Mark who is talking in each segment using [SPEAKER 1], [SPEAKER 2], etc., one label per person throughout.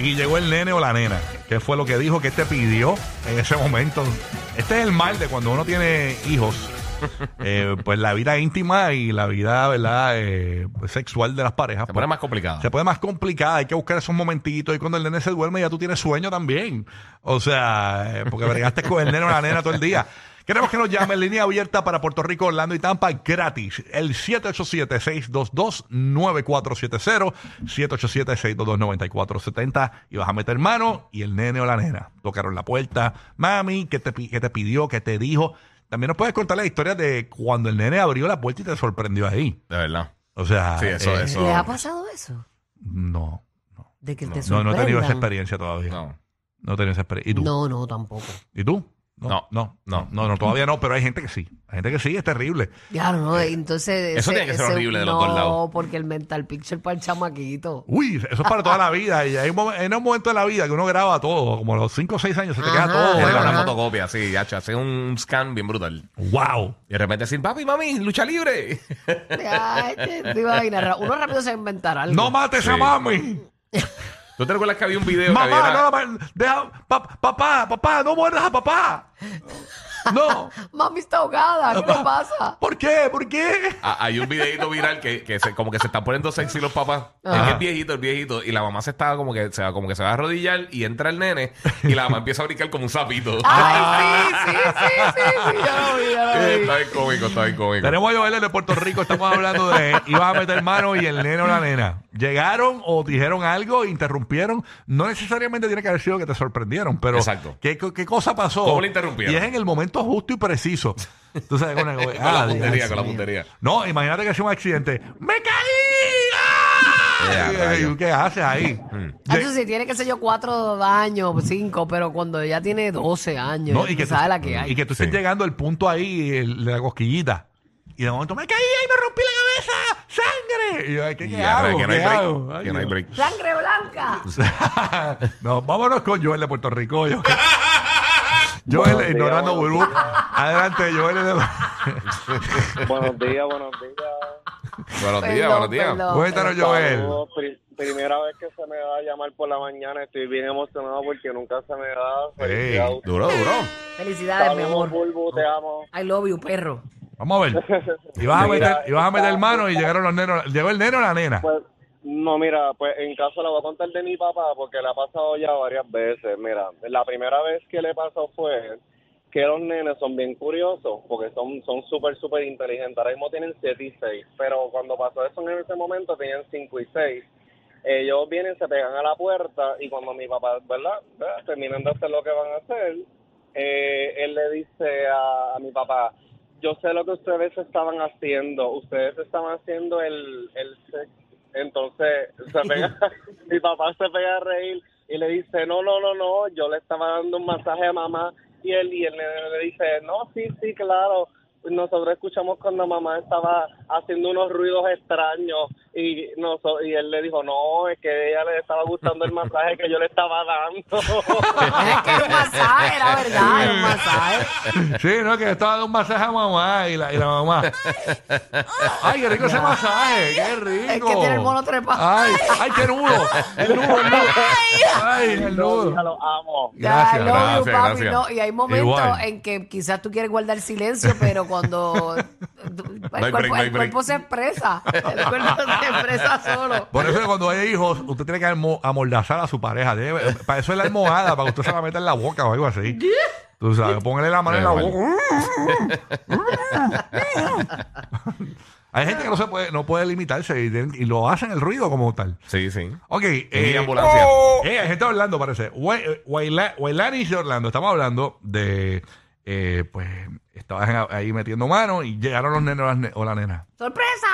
[SPEAKER 1] y llegó el nene o la nena. ¿Qué fue lo que dijo? ¿Qué te pidió en ese momento? Este es el mal de cuando uno tiene hijos. Eh, pues la vida íntima y la vida, ¿verdad? Eh, sexual de las parejas. pues,
[SPEAKER 2] Se pone más complicado.
[SPEAKER 1] Se pone más complicada, hay que buscar esos momentitos y cuando el nene se duerme ya tú tienes sueño también. O sea, eh, porque bregaste con el nene o la nena todo el día. Queremos que nos llamen línea abierta para Puerto Rico, Orlando y Tampa gratis. El 787-622-9470, 787-622-9470 y vas a meter mano y el nene o la nena tocaron la puerta. Mami, ¿qué te, pi- qué te pidió? ¿Qué te dijo? También nos puedes contar la historia de cuando el nene abrió la puerta y te sorprendió ahí.
[SPEAKER 2] De verdad.
[SPEAKER 1] O sea,
[SPEAKER 2] Sí, eso,
[SPEAKER 1] eh,
[SPEAKER 2] eso.
[SPEAKER 3] ¿Le ha pasado eso?
[SPEAKER 1] no.
[SPEAKER 3] De que
[SPEAKER 2] No,
[SPEAKER 3] te
[SPEAKER 1] No, no he tenido esa
[SPEAKER 3] sorprendan.
[SPEAKER 1] experiencia todavía. No,
[SPEAKER 2] No.
[SPEAKER 1] he tenido esa experiencia. ¿Y tú?
[SPEAKER 3] No, no, tampoco.
[SPEAKER 1] ¿Y tú?
[SPEAKER 2] No.
[SPEAKER 1] no, no, no, no, todavía no, pero hay gente que sí. Hay gente que sí, es terrible.
[SPEAKER 3] Claro, no, entonces... ese-
[SPEAKER 2] Eso tiene que ser
[SPEAKER 3] ese-
[SPEAKER 2] horrible de los dos lados.
[SPEAKER 3] No, porque el mental picture para el chamaquito.
[SPEAKER 1] Uy, eso es para toda la vida. Y hay un, momen- en un momento de la vida que uno graba todo, como a los 5 o 6 años se te queda
[SPEAKER 3] Ajá,
[SPEAKER 1] todo.
[SPEAKER 2] Ah, Es
[SPEAKER 3] bueno,
[SPEAKER 2] una
[SPEAKER 3] ajá.
[SPEAKER 2] fotocopia, sí, ya, hace un scan bien brutal.
[SPEAKER 1] ¡Wow!
[SPEAKER 2] Y de repente decir, papi, mami, lucha libre.
[SPEAKER 3] Ay, este, te, te imaginas, uno rápido se va a inventar algo.
[SPEAKER 1] ¡No mates a
[SPEAKER 2] Sí.
[SPEAKER 1] mami!
[SPEAKER 2] ¿Tú te recuerdas que había un video que
[SPEAKER 1] ¡Mamá,
[SPEAKER 2] había-
[SPEAKER 1] no la ma- deja- pa- ¡Papá, papá, no muerdas a papá! ¡No!
[SPEAKER 3] Mami está ahogada, ¿qué le pasa?
[SPEAKER 1] ¿Por qué? ¿Por qué?
[SPEAKER 2] Ah, Hay un videito viral que, que se- como que se están poniendo sexy los papás.
[SPEAKER 3] Ajá.
[SPEAKER 2] Es que es viejito, el viejito. Y la mamá se está como que se va, como que se va a arrodillar y entra el nene y la mamá empieza a brincar como un sapito.
[SPEAKER 3] Ay, sí, sí, sí, sí, sí, ya lo vi, ya lo vi.
[SPEAKER 2] está bien cómico, está bien cómico.
[SPEAKER 1] Tenemos a Joel de Puerto Rico, estamos hablando de iba a meter mano y el nene o la nena. Llegaron o dijeron algo, interrumpieron. No necesariamente tiene que haber sido que te sorprendieron, pero
[SPEAKER 2] Exacto.
[SPEAKER 1] ¿qué, co- qué cosa pasó?
[SPEAKER 2] ¿Cómo le interrumpieron?
[SPEAKER 1] Y es en el momento justo y preciso. Tú sabes, con la,
[SPEAKER 2] Con la
[SPEAKER 1] Ah,
[SPEAKER 2] puntería,
[SPEAKER 1] Dios
[SPEAKER 2] con la
[SPEAKER 1] mío.
[SPEAKER 2] puntería.
[SPEAKER 1] No, imagínate que hacía un accidente. ¡Me caí! ¡Ah!
[SPEAKER 2] Eh, Hmm. a rayos.
[SPEAKER 1] ¿Qué haces ahí?
[SPEAKER 3] Ah,
[SPEAKER 1] De-
[SPEAKER 3] Eso sí, tiene que ser yo cuatro años, cinco, pero cuando ella tiene 12 años,
[SPEAKER 1] No,
[SPEAKER 3] ya
[SPEAKER 1] y,
[SPEAKER 3] tú
[SPEAKER 1] que tú,
[SPEAKER 3] sabes la que hay.
[SPEAKER 1] y que tú
[SPEAKER 2] Sí.
[SPEAKER 1] estés llegando al punto ahí el- de la cosquillita. Y de momento me caí y me rompí la cabeza. ¡Sangre! Y yo, "Ay, ¿qué,
[SPEAKER 2] Y
[SPEAKER 1] qué
[SPEAKER 2] ya,
[SPEAKER 1] hago?
[SPEAKER 2] que no hay
[SPEAKER 1] ¿Qué hago?
[SPEAKER 2] break.
[SPEAKER 1] Ay,
[SPEAKER 2] Que no hay
[SPEAKER 1] Dios.
[SPEAKER 2] break.
[SPEAKER 3] ¡Sangre blanca!
[SPEAKER 1] no, vámonos con Joel de Puerto Rico. Joel, Joel ignorando Burbu. Adelante, Joel. de-
[SPEAKER 4] Buenos días, buenos días.
[SPEAKER 2] Buenos días,
[SPEAKER 3] Perdón,
[SPEAKER 2] buenos días.
[SPEAKER 3] perdón.
[SPEAKER 1] Cuéntanos, Joel.
[SPEAKER 4] Saludos. Pri- primera vez que se me da a llamar por la mañana. Estoy bien emocionado porque nunca se me da. Felicidad.
[SPEAKER 1] Ey,
[SPEAKER 2] Duro, duro.
[SPEAKER 3] Felicidades, mi
[SPEAKER 4] Saludos,
[SPEAKER 3] amor.
[SPEAKER 4] Bulbu, te amo.
[SPEAKER 3] I love you, perro.
[SPEAKER 1] Vamos a ver. Y vas a
[SPEAKER 4] Mira,
[SPEAKER 1] meter, y vas a meter
[SPEAKER 4] está-
[SPEAKER 1] mano y llegaron los nenos. Llegó el neno o la nena.
[SPEAKER 4] Pues, no, mira, pues en caso la voy a contar de mi papá porque le ha pasado ya varias veces. Mira, la primera vez que le pasó fue que los nenes son bien curiosos porque son son súper, súper inteligentes. Ahora mismo tienen 7 y 6, pero cuando pasó eso en ese momento tenían 5 y 6. Ellos vienen, se pegan a la puerta y cuando mi papá, ¿verdad? ¿verdad? Terminan de hacer lo que van a hacer, eh, él le dice a, a mi papá, yo sé lo que ustedes estaban haciendo, ustedes estaban haciendo el, el sexo. Entonces, se pega- mi papá se pega a reír y le dice, no, no, no, no, yo le estaba dando un masaje a mamá y él y él le, le dice, no, sí, sí, claro. Nosotros escuchamos cuando mamá estaba haciendo unos ruidos extraños y nos, y él le dijo, no, es que a ella le estaba gustando el masaje que yo le estaba dando.
[SPEAKER 3] Es que era un masaje, era verdad, era un masaje.
[SPEAKER 1] Sí, no, que estaba dando un masaje a mamá y la, y la mamá. Ay, qué rico ese masaje, qué rico.
[SPEAKER 3] Es que tiene el mono trepado.
[SPEAKER 1] Ay, ay, qué nudo. El nudo, el nudo. Ay, Ay,
[SPEAKER 5] Yo,
[SPEAKER 1] saludos.
[SPEAKER 5] hija, los amo.
[SPEAKER 1] Gracias,
[SPEAKER 3] I love you,
[SPEAKER 2] gracias,
[SPEAKER 3] papi.
[SPEAKER 2] gracias.
[SPEAKER 3] No, y hay momentos
[SPEAKER 1] Igual.
[SPEAKER 3] en que quizás tú quieres guardar silencio, pero cuando el,
[SPEAKER 2] break,
[SPEAKER 3] cuerpo,
[SPEAKER 2] no hay
[SPEAKER 3] el
[SPEAKER 2] break.
[SPEAKER 3] cuerpo se expresa, el cuerpo se expresa solo.
[SPEAKER 1] Por eso que cuando hay hijos, usted tiene que almo- amordazar a su pareja. Debe- para eso es la almohada, para que usted se la meta en la boca o algo así. Tú sabes, póngale la mano en la
[SPEAKER 2] Qué
[SPEAKER 1] boca. hay gente que no se puede, no puede limitarse y, tienen- y lo hacen el ruido como tal.
[SPEAKER 2] Sí, sí.
[SPEAKER 1] Ok, oh.
[SPEAKER 2] Y ambulancia.
[SPEAKER 1] eh, hay gente de Orlando, parece. Guay- eh, Guayla- Guaylanis de Orlando. Estamos hablando de. eh, pues estaban a- ahí metiendo mano y llegaron los nenes o las ne- o la nena.
[SPEAKER 3] ¡Sorpresa!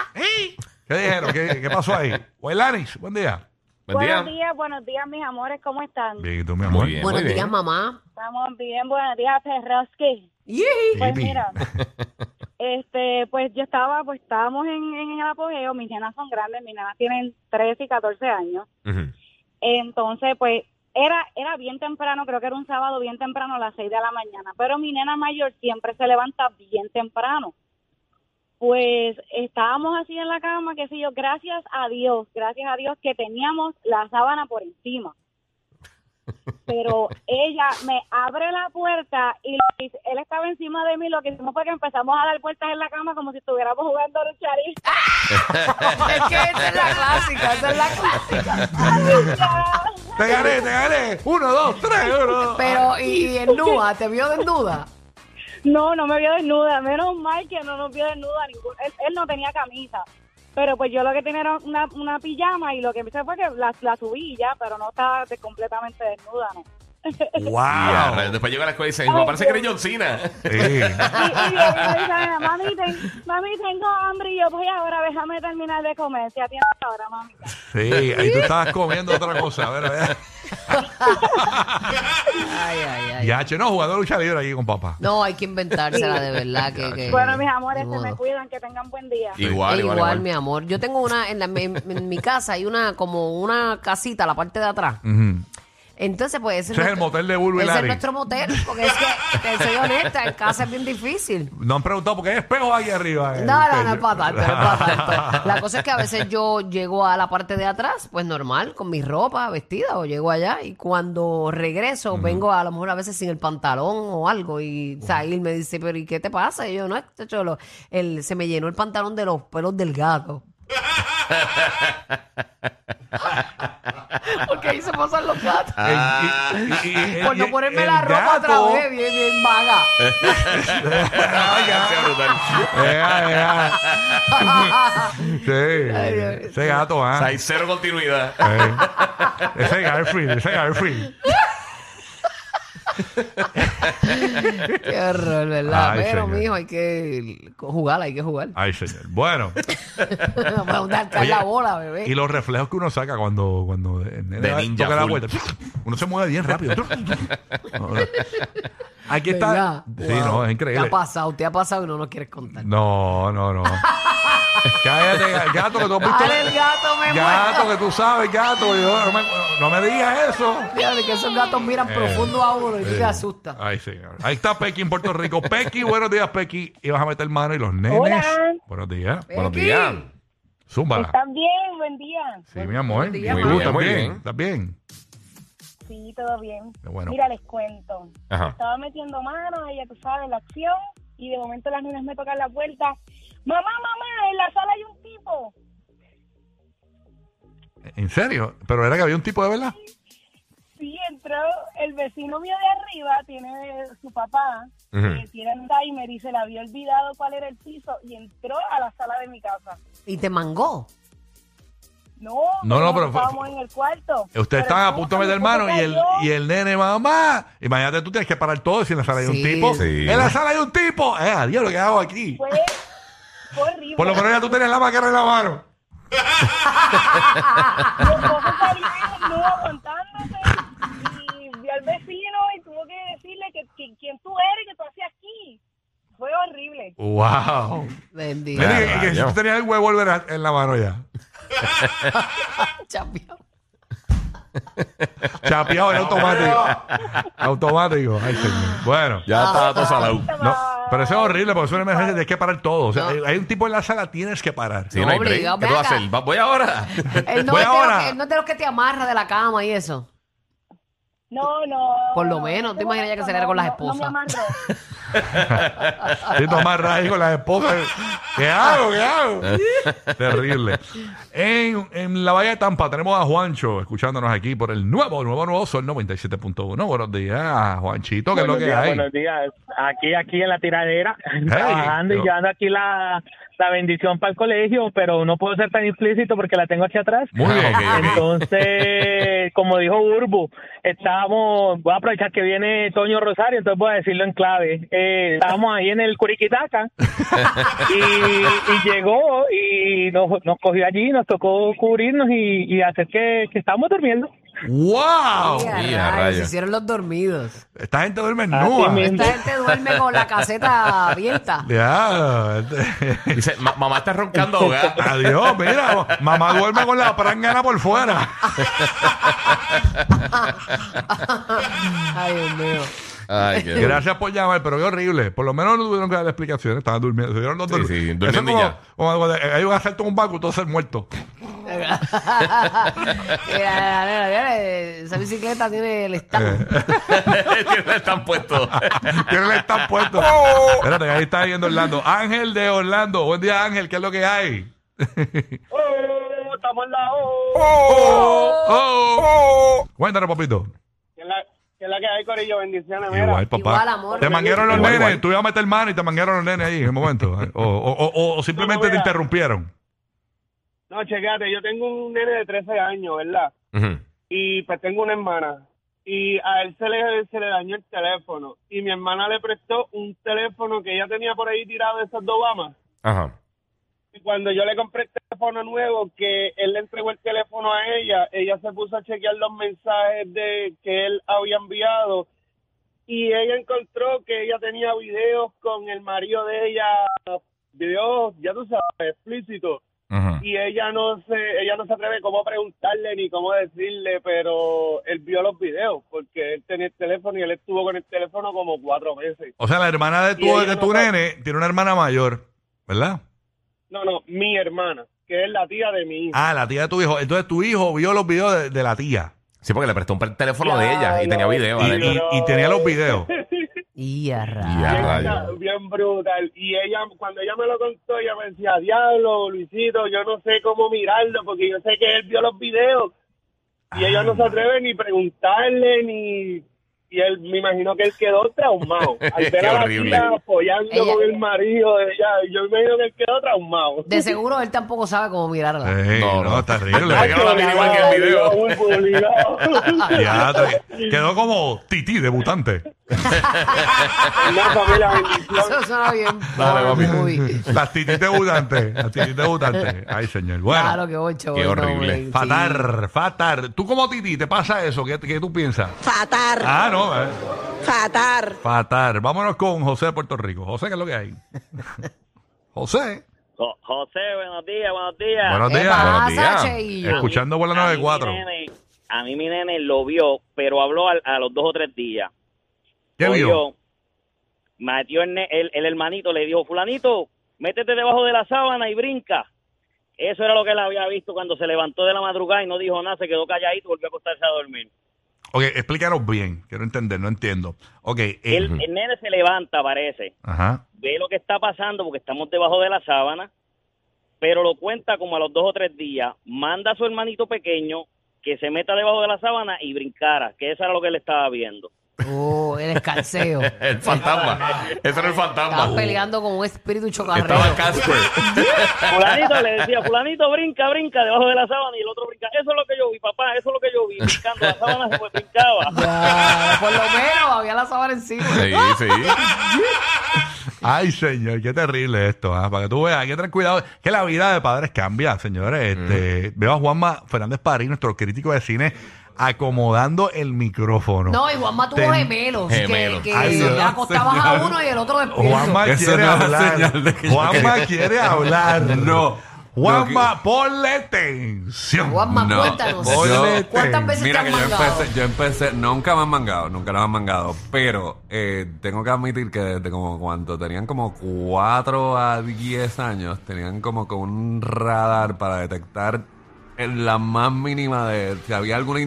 [SPEAKER 1] ¿Qué dijeron? ¿Qué, qué pasó ahí? Guaylanis, buen día.
[SPEAKER 2] Buen
[SPEAKER 6] buenos
[SPEAKER 2] día.
[SPEAKER 6] días, buenos días, mis amores, ¿cómo están?
[SPEAKER 1] Bien, ¿y tú, mi amor?
[SPEAKER 2] Muy bien.
[SPEAKER 3] Buenos
[SPEAKER 2] muy bien.
[SPEAKER 3] días, mamá.
[SPEAKER 6] Estamos bien, buenos días, Perroski.
[SPEAKER 3] Yee.
[SPEAKER 6] Pues
[SPEAKER 1] Baby.
[SPEAKER 6] mira, este, pues yo estaba, pues estábamos en, en el apogeo, mis nenas son grandes, mis nenas tienen 13 y 14 años.
[SPEAKER 2] Ujú.
[SPEAKER 6] Entonces, pues era era bien temprano, creo que era un sábado bien temprano a las 6 de la mañana, pero mi nena mayor siempre se levanta bien temprano. Pues estábamos así en la cama, qué sé yo, gracias a Dios, gracias a Dios que teníamos la sábana por encima. Pero ella me abre la puerta y lo que hice- él estaba encima de mí, lo que hicimos fue que empezamos a dar vueltas en la cama como si estuviéramos jugando a lucharín.
[SPEAKER 3] Es que esa es la clásica, esa es la clásica.
[SPEAKER 6] ¡ah!
[SPEAKER 1] Te gané, te gané. Uno, dos, tres, uno, dos.
[SPEAKER 3] Pero, y, y en duda, ¿te vio desnuda?
[SPEAKER 6] No, no me vio desnuda. Menos mal que no nos vio desnuda. Ningún, él, él no tenía camisa. Pero pues yo lo que tenía era una, una pijama y lo que hice fue que la, la subí y ya, pero no estaba de- completamente desnuda, ¿no?
[SPEAKER 2] Ya,
[SPEAKER 1] ¡Wow!
[SPEAKER 2] Ah, Después llega a la escuela y dice, me parece que eres John Cena.
[SPEAKER 1] Sí.
[SPEAKER 6] Y, y yo le dije a mi mamá, mami, ten- mami, tengo hambre y yo voy ahora, déjame terminar de comer. Si tienes ahora, mami.
[SPEAKER 1] Sí, ahí tú estabas comiendo otra cosa. A ver, a ver.
[SPEAKER 3] Ay, ay, ay.
[SPEAKER 1] Ya, che, no, jugando lucha libre aquí con papá.
[SPEAKER 3] No, hay que inventársela de verdad. que, que-
[SPEAKER 6] Bueno, mis amores,
[SPEAKER 3] ni
[SPEAKER 6] se me
[SPEAKER 3] modo.
[SPEAKER 6] cuidan, que tengan buen día.
[SPEAKER 2] Igual,
[SPEAKER 3] Eh,
[SPEAKER 2] igual, igual.
[SPEAKER 3] mi amor. Yo tengo una, en, la- en- en mi casa hay una, como una casita, la parte de atrás.
[SPEAKER 1] Ujú.
[SPEAKER 3] Entonces, pues ese,
[SPEAKER 1] Ese es el
[SPEAKER 3] nuestro-
[SPEAKER 1] motel de Bulbo y
[SPEAKER 3] Ese es
[SPEAKER 1] Larry.
[SPEAKER 3] nuestro motel, porque es que, te soy honesta, en casa es bien difícil.
[SPEAKER 1] No han preguntado por qué hay espejos aquí arriba. eh.
[SPEAKER 3] No, no, no es para tanto, no es para tanto. La cosa es que a veces yo llego a la parte de atrás, pues normal, con mi ropa vestida, o llego allá, y cuando regreso, vengo a lo mejor a veces sin el pantalón o algo, y Zahir me dice, pero ¿y qué te pasa? Y yo, no, este cholo, el, se me llenó el pantalón de los pelos del gato. Porque ahí se pasan los gatos.
[SPEAKER 1] El- y- y- y-
[SPEAKER 3] Por
[SPEAKER 1] el-
[SPEAKER 3] no ponerme la
[SPEAKER 1] el
[SPEAKER 3] ropa
[SPEAKER 1] gato- Eh,
[SPEAKER 3] otra vez, bien, bien vaga.
[SPEAKER 1] Ay,
[SPEAKER 2] Qué
[SPEAKER 1] ya.
[SPEAKER 2] brutal.
[SPEAKER 1] Eh, Ea, ea.
[SPEAKER 3] Ay, Dios.
[SPEAKER 1] Sí, ese gato,
[SPEAKER 2] O sea,
[SPEAKER 1] ¿ah?
[SPEAKER 2] hay cero continuidad.
[SPEAKER 1] Eh, Ese Garfield, ese Garfield.
[SPEAKER 3] Qué horror, ¿verdad?
[SPEAKER 1] Ay,
[SPEAKER 3] pero,
[SPEAKER 1] señor.
[SPEAKER 3] mijo, hay que jugar, hay que jugar.
[SPEAKER 1] Ay, señor. Bueno.
[SPEAKER 3] Vamos a
[SPEAKER 1] Oye,
[SPEAKER 3] dar la bola, bebé.
[SPEAKER 1] Y los reflejos que uno saca cuando, cuando el nene
[SPEAKER 2] De
[SPEAKER 1] va-
[SPEAKER 2] ninja
[SPEAKER 1] toca la
[SPEAKER 2] full.
[SPEAKER 1] puerta. Uno se mueve bien rápido. Aquí está.
[SPEAKER 3] ¿Verdad?
[SPEAKER 1] Sí,
[SPEAKER 3] Wow.
[SPEAKER 1] no, es
[SPEAKER 3] Te
[SPEAKER 1] increíble.
[SPEAKER 3] ha pasado, te ha pasado y no nos quieres contar.
[SPEAKER 1] No, no, no. Cállate, gato, que tú has visto.
[SPEAKER 3] Ahora Ah, el gato me
[SPEAKER 1] Gato,
[SPEAKER 3] muerde.
[SPEAKER 1] que tú sabes, gato. Yo, no, me, no me digas eso.
[SPEAKER 3] Fíjate que esos gatos miran
[SPEAKER 1] Eh,
[SPEAKER 3] profundo a uno y tú te asustas.
[SPEAKER 1] Ay, señor. Ahí está Pequi en Puerto Rico. Pequi, buenos días, Pequi. Y vas a meter mano y los nenes.
[SPEAKER 6] Hola.
[SPEAKER 1] Buenos días.
[SPEAKER 3] Pequi.
[SPEAKER 2] Buenos días.
[SPEAKER 1] Zúmbala.
[SPEAKER 6] ¿Están bien? Buen día.
[SPEAKER 1] Sí, mi amor.
[SPEAKER 3] Buen día,
[SPEAKER 1] Muy
[SPEAKER 2] mamá.
[SPEAKER 1] bien,
[SPEAKER 2] Muy
[SPEAKER 1] bien.
[SPEAKER 2] bien.
[SPEAKER 1] ¿Estás bien?
[SPEAKER 6] Sí, todo bien.
[SPEAKER 1] Qué bueno.
[SPEAKER 6] Mira, les cuento.
[SPEAKER 2] Ajá.
[SPEAKER 6] Estaba metiendo manos, ella tú sabes, la acción, y de momento las niñas me tocan la puerta. Mamá, mamá, en la sala hay un tipo.
[SPEAKER 1] ¿En serio? ¿Pero era que había un tipo de verdad? Eh,
[SPEAKER 6] Sí, entró el vecino mío de arriba, tiene su papá,
[SPEAKER 2] Ujú.
[SPEAKER 6] que tiene el timer y se le había olvidado cuál era el piso, y entró a la sala de mi casa.
[SPEAKER 3] Y te mangó.
[SPEAKER 6] No,
[SPEAKER 1] No, no, pero-
[SPEAKER 6] estábamos en el cuarto.
[SPEAKER 1] Ustedes estaban a punto de meter mano y el, y el nene, mamá. Imagínate, tú tienes que parar todo si en la sala hay un
[SPEAKER 3] Sí.
[SPEAKER 1] tipo.
[SPEAKER 2] Sí.
[SPEAKER 1] En la sala hay un tipo. Eh, adiós, lo que hago aquí.
[SPEAKER 6] Fue, fue horrible.
[SPEAKER 1] Por lo menos ya tú tenías la maquera en la mano.
[SPEAKER 6] Mi esposo salió desnudo aguantándose y vio al vecino y tuvo que decirle que, que- quién tú eres, que tú hacías aquí. Fue horrible.
[SPEAKER 1] ¡Wow!
[SPEAKER 3] Bendito.
[SPEAKER 1] Mira, que, que
[SPEAKER 2] rayo.
[SPEAKER 1] tú tenías el huevo en en la mano ya.
[SPEAKER 3] Champion.
[SPEAKER 1] Chapeado en automático. automático. Ay, señor. Bueno.
[SPEAKER 2] Ya estaba todo salado.
[SPEAKER 1] No, pero eso es horrible porque es una emergencia. Tienes que parar todo. O sea, hay, hay un tipo en la sala, tienes que parar.
[SPEAKER 2] Sí,
[SPEAKER 3] No,
[SPEAKER 2] no hay
[SPEAKER 3] obligado,
[SPEAKER 2] break.
[SPEAKER 3] ven
[SPEAKER 2] ¿Qué tú vas
[SPEAKER 3] acá.
[SPEAKER 2] a hacer? Va- Voy ahora.
[SPEAKER 3] Él no,
[SPEAKER 1] Voy
[SPEAKER 3] es de los
[SPEAKER 1] ahora.
[SPEAKER 3] que, él no es de los que te amarra de la cama y eso.
[SPEAKER 6] No, no.
[SPEAKER 3] Por lo menos, ¿te imaginas ya que se era con las
[SPEAKER 6] No,
[SPEAKER 3] esposas?
[SPEAKER 6] me amarró.
[SPEAKER 1] Estoy tomando raíz con las esposas. ¿Qué hago? ¿Qué hago? Terrible. En, en la Bahía de Tampa tenemos a Juancho escuchándonos aquí por el nuevo, nuevo, nuevo Sol 97.1. Buenos días, Juanchito. ¿Qué es lo
[SPEAKER 7] Buenos
[SPEAKER 1] que
[SPEAKER 7] días,
[SPEAKER 1] hay?
[SPEAKER 7] buenos días. Aquí, aquí en la tiradera, trabajando
[SPEAKER 1] pero-
[SPEAKER 7] y llevando aquí la, la bendición para el colegio, pero no puedo ser tan explícito porque la tengo aquí atrás.
[SPEAKER 1] Muy bien.
[SPEAKER 2] Ah, ok, ok.
[SPEAKER 7] Entonces, como dijo Urbu, estábamos, voy a aprovechar que viene Toño Rosario, entonces voy a decirlo en clave. Eh, estábamos ahí en el Curiquitaca y, y llegó y nos, nos cogió allí, nos tocó cubrirnos y, y hacer que, que estábamos durmiendo.
[SPEAKER 1] ¡Wow!
[SPEAKER 3] Ya,
[SPEAKER 2] Mira,
[SPEAKER 3] rayos,
[SPEAKER 2] rayos.
[SPEAKER 3] se hicieron los dormidos.
[SPEAKER 1] Esta gente duerme en
[SPEAKER 7] Así mismo.
[SPEAKER 3] Esta gente duerme con la caseta abierta.
[SPEAKER 1] Ya. este-
[SPEAKER 2] Dice, "Ma- mamá está roncando ahogada.
[SPEAKER 1] Adiós, mira, mamá duerme con la prangana por fuera.
[SPEAKER 3] Ay, Dios mío.
[SPEAKER 2] Ay, qué
[SPEAKER 1] Gracias por llamar, pero qué horrible. Por lo menos no tuvieron que dar explicaciones, estaban durmiendo. Tuvieron los
[SPEAKER 2] Sí,
[SPEAKER 1] dorm-
[SPEAKER 2] sí,
[SPEAKER 1] Eso es
[SPEAKER 2] durmiendo y
[SPEAKER 1] como-
[SPEAKER 2] ya.
[SPEAKER 1] como cuando hay un asalto en un banco, todo ser muerto.
[SPEAKER 3] Mira, mira, mira, mira, esa bicicleta tiene el estado.
[SPEAKER 2] Tiene- Están puestos.
[SPEAKER 1] Tienen el stand puesto.
[SPEAKER 2] Oh.
[SPEAKER 1] Espérate, que ahí está viendo Orlando. Ángel de Orlando. Buen día, Ángel. ¿Qué es lo que hay?
[SPEAKER 7] ¡Oh, estamos en la
[SPEAKER 2] Oh.
[SPEAKER 1] Oh. Cuéntanos, papito.
[SPEAKER 5] ¿Qué es la, qué es la que hay, Corillo? Bendiciones, mira.
[SPEAKER 1] Igual, papá.
[SPEAKER 3] igual, amor.
[SPEAKER 1] te manguearon los
[SPEAKER 2] Igual,
[SPEAKER 1] nenes.
[SPEAKER 2] igual.
[SPEAKER 1] Tú ibas a meter mano y te manguearon los nenes ahí en el momento. O, o- o- o- o simplemente te
[SPEAKER 5] mira.
[SPEAKER 1] interrumpieron.
[SPEAKER 5] No, chequéate, yo tengo un nene de 13 años, ¿verdad?
[SPEAKER 2] Ujú.
[SPEAKER 5] Y pues tengo una hermana. Y a él se le, se le dañó el teléfono. Y mi hermana le prestó un teléfono que ella tenía por ahí tirado de esas de Obama.
[SPEAKER 2] Ajá.
[SPEAKER 5] Y cuando yo le compré el teléfono nuevo, que él le entregó el teléfono a ella, ella se puso a chequear los mensajes de que él había enviado y ella encontró que ella tenía videos con el marido de ella, videos, ya tú sabes, explícitos.
[SPEAKER 2] Ujú.
[SPEAKER 5] Y ella no se, ella no se atreve cómo preguntarle ni cómo decirle, pero él vio los videos porque él tenía el teléfono y él estuvo con el teléfono como cuatro meses.
[SPEAKER 1] O sea, la hermana de
[SPEAKER 5] Y
[SPEAKER 1] tu,
[SPEAKER 5] ella
[SPEAKER 1] de
[SPEAKER 5] no
[SPEAKER 1] tu
[SPEAKER 5] sabe.
[SPEAKER 1] nene tiene una hermana mayor, ¿verdad?
[SPEAKER 5] No, no, mi hermana, que es la tía de mi hija.
[SPEAKER 1] Ah, la tía de tu hijo. Entonces tu hijo vio los videos de, de la tía
[SPEAKER 2] Sí, porque le prestó un per- teléfono de ella y
[SPEAKER 5] Diablo.
[SPEAKER 2] tenía video.
[SPEAKER 1] y,
[SPEAKER 2] adentro.
[SPEAKER 1] y- y tenía los videos.
[SPEAKER 3] Y a
[SPEAKER 2] Y a
[SPEAKER 3] rayos.
[SPEAKER 5] Bien
[SPEAKER 2] rayos.
[SPEAKER 5] brutal, bien brutal. Y ella, cuando ella me lo contó, ella me decía, diablo, Luisito, yo no sé cómo mirarlo porque yo sé que él vio los videos y ella
[SPEAKER 2] Ah.
[SPEAKER 5] no se atreve ni preguntarle ni... Y él, me imagino que él quedó traumado. Al ver
[SPEAKER 2] Qué
[SPEAKER 5] a la
[SPEAKER 2] horrible.
[SPEAKER 5] tía apoyando
[SPEAKER 3] Ella-
[SPEAKER 5] con el marido de ella, yo me imagino que él quedó traumado.
[SPEAKER 3] De seguro él tampoco sabe cómo mirarla.
[SPEAKER 1] Ey, no,
[SPEAKER 2] No, no.
[SPEAKER 1] está terrible.
[SPEAKER 2] Ay, que no la mira igual que el video.
[SPEAKER 5] Muy publicado.
[SPEAKER 1] Ya, te- quedó como tití, debutante.
[SPEAKER 5] Nada, familia, bendiciones.
[SPEAKER 3] Eso suena bien.
[SPEAKER 2] Dale, papi.
[SPEAKER 3] Muy-
[SPEAKER 1] Las tití debutantes. Las tití debutantes. Ay, señor. Bueno.
[SPEAKER 3] Claro que ocho.
[SPEAKER 2] Qué
[SPEAKER 3] no,
[SPEAKER 2] horrible.
[SPEAKER 3] men, sí.
[SPEAKER 1] Fatar, fatar. ¿Tú como Titi te pasa eso? ¿Qué, qué tú piensas?
[SPEAKER 8] Fatar,
[SPEAKER 1] Ah, no. eh.
[SPEAKER 8] fatar.
[SPEAKER 1] Fatar. Vámonos con José de Puerto Rico. José, ¿qué es lo que hay? José.
[SPEAKER 9] Jo- José, buenos días, buenos días.
[SPEAKER 1] Buenos
[SPEAKER 3] ¿Qué
[SPEAKER 1] días.
[SPEAKER 3] pasa,
[SPEAKER 1] Buenos días.
[SPEAKER 3] Cheillo?
[SPEAKER 1] Escuchando por la
[SPEAKER 9] A mí mi
[SPEAKER 1] 94.
[SPEAKER 9] nene- A mí mi nene lo vio, pero habló al- a, los dos o tres días.
[SPEAKER 1] ¿Qué
[SPEAKER 9] Lo
[SPEAKER 1] vio?
[SPEAKER 9] metió el, ne- el, el hermanito, le dijo, fulanito, métete debajo de la sábana y brinca. Eso era lo que él había visto cuando se levantó de la madrugada y no dijo nada, se quedó calladito y volvió a acostarse a dormir.
[SPEAKER 1] Ok, explícanos bien. Quiero entender, no entiendo. Ok. eh,
[SPEAKER 9] El, el nene se levanta, parece,
[SPEAKER 1] Ajá.
[SPEAKER 9] ve lo que está pasando porque estamos debajo de la sábana, pero lo cuenta como a los dos o tres días, manda a su hermanito pequeño que se meta debajo de la sábana y brincara, que eso era lo que él estaba viendo.
[SPEAKER 3] Oh, el escalceo.
[SPEAKER 2] El fantasma. Ese era el
[SPEAKER 3] Estaba
[SPEAKER 2] fantasma.
[SPEAKER 3] peleando con un espíritu chocarrero.
[SPEAKER 2] Estaba Casper.
[SPEAKER 9] Fulanito le decía, fulanito brinca, brinca debajo de la sábana y el otro brinca. Eso es lo que yo vi, papá, eso es lo que yo vi, brincando la sábana se fue, brincaba.
[SPEAKER 3] Ya, por lo menos había la sábana encima.
[SPEAKER 2] Sí, sí.
[SPEAKER 1] Ay, señor, qué terrible esto. ah, Para que tú veas, hay que tener cuidado. Que la vida de padres cambia, señores.
[SPEAKER 10] Mm.
[SPEAKER 1] Este, Veo a Juanma Fernández París, nuestro crítico de cine, acomodando el micrófono.
[SPEAKER 3] No, y Juanma tuvo
[SPEAKER 1] Ten-
[SPEAKER 3] gemelos. que-
[SPEAKER 2] Gemelos.
[SPEAKER 3] Que,
[SPEAKER 1] Ay, Dios,
[SPEAKER 3] acostabas a
[SPEAKER 1] señor.
[SPEAKER 3] uno y el otro despierto.
[SPEAKER 1] Juanma
[SPEAKER 10] Eso
[SPEAKER 1] quiere
[SPEAKER 10] no es
[SPEAKER 1] hablar.
[SPEAKER 10] señal de que yo
[SPEAKER 1] Juanma
[SPEAKER 10] quería-
[SPEAKER 1] quiere hablar.
[SPEAKER 10] No.
[SPEAKER 1] Juanma, ponle tensión.
[SPEAKER 3] Juanma,
[SPEAKER 10] No.
[SPEAKER 3] cuéntanos.
[SPEAKER 1] Yo-
[SPEAKER 3] ¿Cuántas veces
[SPEAKER 10] Mira
[SPEAKER 3] te
[SPEAKER 10] que
[SPEAKER 3] han
[SPEAKER 10] yo
[SPEAKER 3] mandado?
[SPEAKER 10] empecé, yo empecé, nunca me han mangado, nunca nos han mangado, pero eh, tengo que admitir que desde como cuando tenían como 4 a 10 años, tenían como que un radar para detectar en la más mínima de si había alguna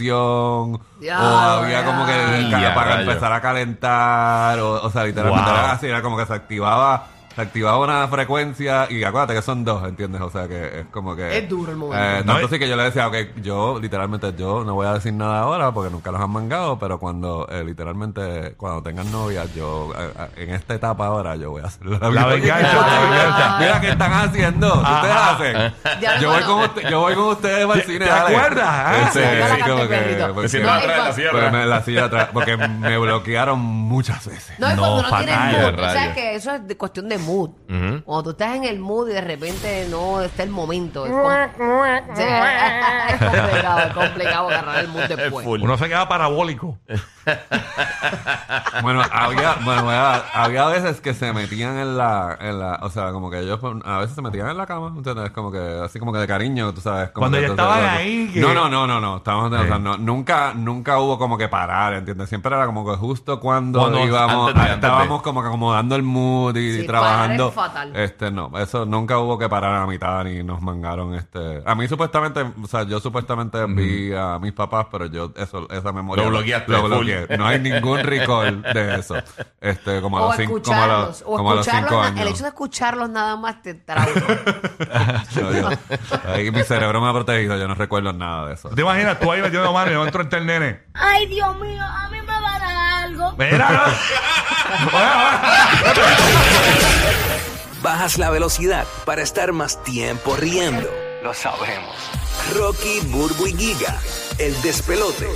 [SPEAKER 10] intención
[SPEAKER 3] Ya,
[SPEAKER 10] o había
[SPEAKER 3] ya.
[SPEAKER 10] como que
[SPEAKER 2] Ya,
[SPEAKER 10] para
[SPEAKER 2] rayo.
[SPEAKER 10] empezar a calentar o, o sea literalmente
[SPEAKER 2] Wow.
[SPEAKER 10] era así era como que se activaba se activaba una frecuencia y acuérdate que son dos ¿entiendes? o sea que es como que
[SPEAKER 3] Es duro el momento.
[SPEAKER 10] eh,
[SPEAKER 1] No,
[SPEAKER 10] tanto
[SPEAKER 1] y-
[SPEAKER 10] sí que yo le decía ok yo literalmente yo no voy a decir nada ahora porque nunca los han mangado pero cuando eh, literalmente cuando tengan novia yo eh, eh, en esta etapa ahora yo voy a hacer la,
[SPEAKER 1] La Ah, venganza, la venganza.
[SPEAKER 10] mira qué están haciendo ustedes
[SPEAKER 1] Ajá.
[SPEAKER 10] hacen
[SPEAKER 3] Ya
[SPEAKER 10] yo
[SPEAKER 3] no,
[SPEAKER 10] voy
[SPEAKER 3] no.
[SPEAKER 10] con usted- yo voy con ustedes para el
[SPEAKER 1] ¿Te-
[SPEAKER 10] cine.
[SPEAKER 1] te
[SPEAKER 10] dale.
[SPEAKER 1] acuerdas? Ah,
[SPEAKER 3] sí,
[SPEAKER 10] Este, sí,
[SPEAKER 3] la
[SPEAKER 10] como
[SPEAKER 3] canté,
[SPEAKER 10] que-
[SPEAKER 3] perrito.
[SPEAKER 10] porque-
[SPEAKER 2] Me siento
[SPEAKER 3] No,
[SPEAKER 2] atrás de la
[SPEAKER 3] y-
[SPEAKER 2] silla.
[SPEAKER 10] Pero
[SPEAKER 2] atrás.
[SPEAKER 10] me la silla atrás, porque me bloquearon muchas veces.
[SPEAKER 3] No, y
[SPEAKER 1] No,
[SPEAKER 3] cuando no tienes
[SPEAKER 1] fatal,
[SPEAKER 3] mood, tú
[SPEAKER 2] rayo.
[SPEAKER 3] sabes que eso es de cuestión de mood.
[SPEAKER 2] Ujú.
[SPEAKER 3] Cuando tú estás en el mood y de repente no está el momento. Es, com- Sí, es complicado, es complicado agarrar el mood después.
[SPEAKER 2] Full.
[SPEAKER 1] Uno se queda parabólico.
[SPEAKER 10] Bueno, había, bueno, había, había veces que se metían en la, en la, o sea, como que ellos a veces se metían en la cama, ¿entiendes? Como que, así como que de cariño, tú sabes. como
[SPEAKER 1] Cuando
[SPEAKER 10] que
[SPEAKER 1] ya
[SPEAKER 10] entonces-
[SPEAKER 1] estaban ahí, que-
[SPEAKER 10] No, no, no, no, no, estábamos, o sea, no, nunca, nunca hubo como que parar, ¿entiendes? Siempre era como que justo cuando,
[SPEAKER 2] Cuando-
[SPEAKER 10] íbamos,
[SPEAKER 2] antes de- antes de.
[SPEAKER 10] estábamos como que acomodando el mood y,
[SPEAKER 3] Sí,
[SPEAKER 10] trabajando.
[SPEAKER 3] parar es fatal.
[SPEAKER 10] Este, no, eso nunca hubo que parar a la mitad ni nos mangaron, este. A mí supuestamente, o sea, yo supuestamente vi a mis papás, pero yo, eso, esa memoria.
[SPEAKER 2] Lo bloqueaste,
[SPEAKER 10] Lo
[SPEAKER 2] full.
[SPEAKER 10] bloqueé. No hay ningún recall de eso. Este, como a
[SPEAKER 3] O
[SPEAKER 10] los cinco, como a los,
[SPEAKER 3] escucharlos,
[SPEAKER 10] como
[SPEAKER 3] o
[SPEAKER 10] a los
[SPEAKER 3] escucharlos,
[SPEAKER 10] cinco
[SPEAKER 3] na-
[SPEAKER 10] años.
[SPEAKER 3] el hecho de escucharlos nada más te trauma.
[SPEAKER 10] No, yo- ahí mi cerebro me ha protegido, yo no recuerdo nada de eso.
[SPEAKER 1] ¿Te imaginas tú ahí metiendo mano y yo entro el nene?
[SPEAKER 8] Ay, Dios mío, a mí me va a dar algo.
[SPEAKER 1] Mira, no. Oye, oye.
[SPEAKER 11] Bajas la velocidad para estar más tiempo riendo. Lo sabemos. Rocky, Burbu y Giga, el despelote.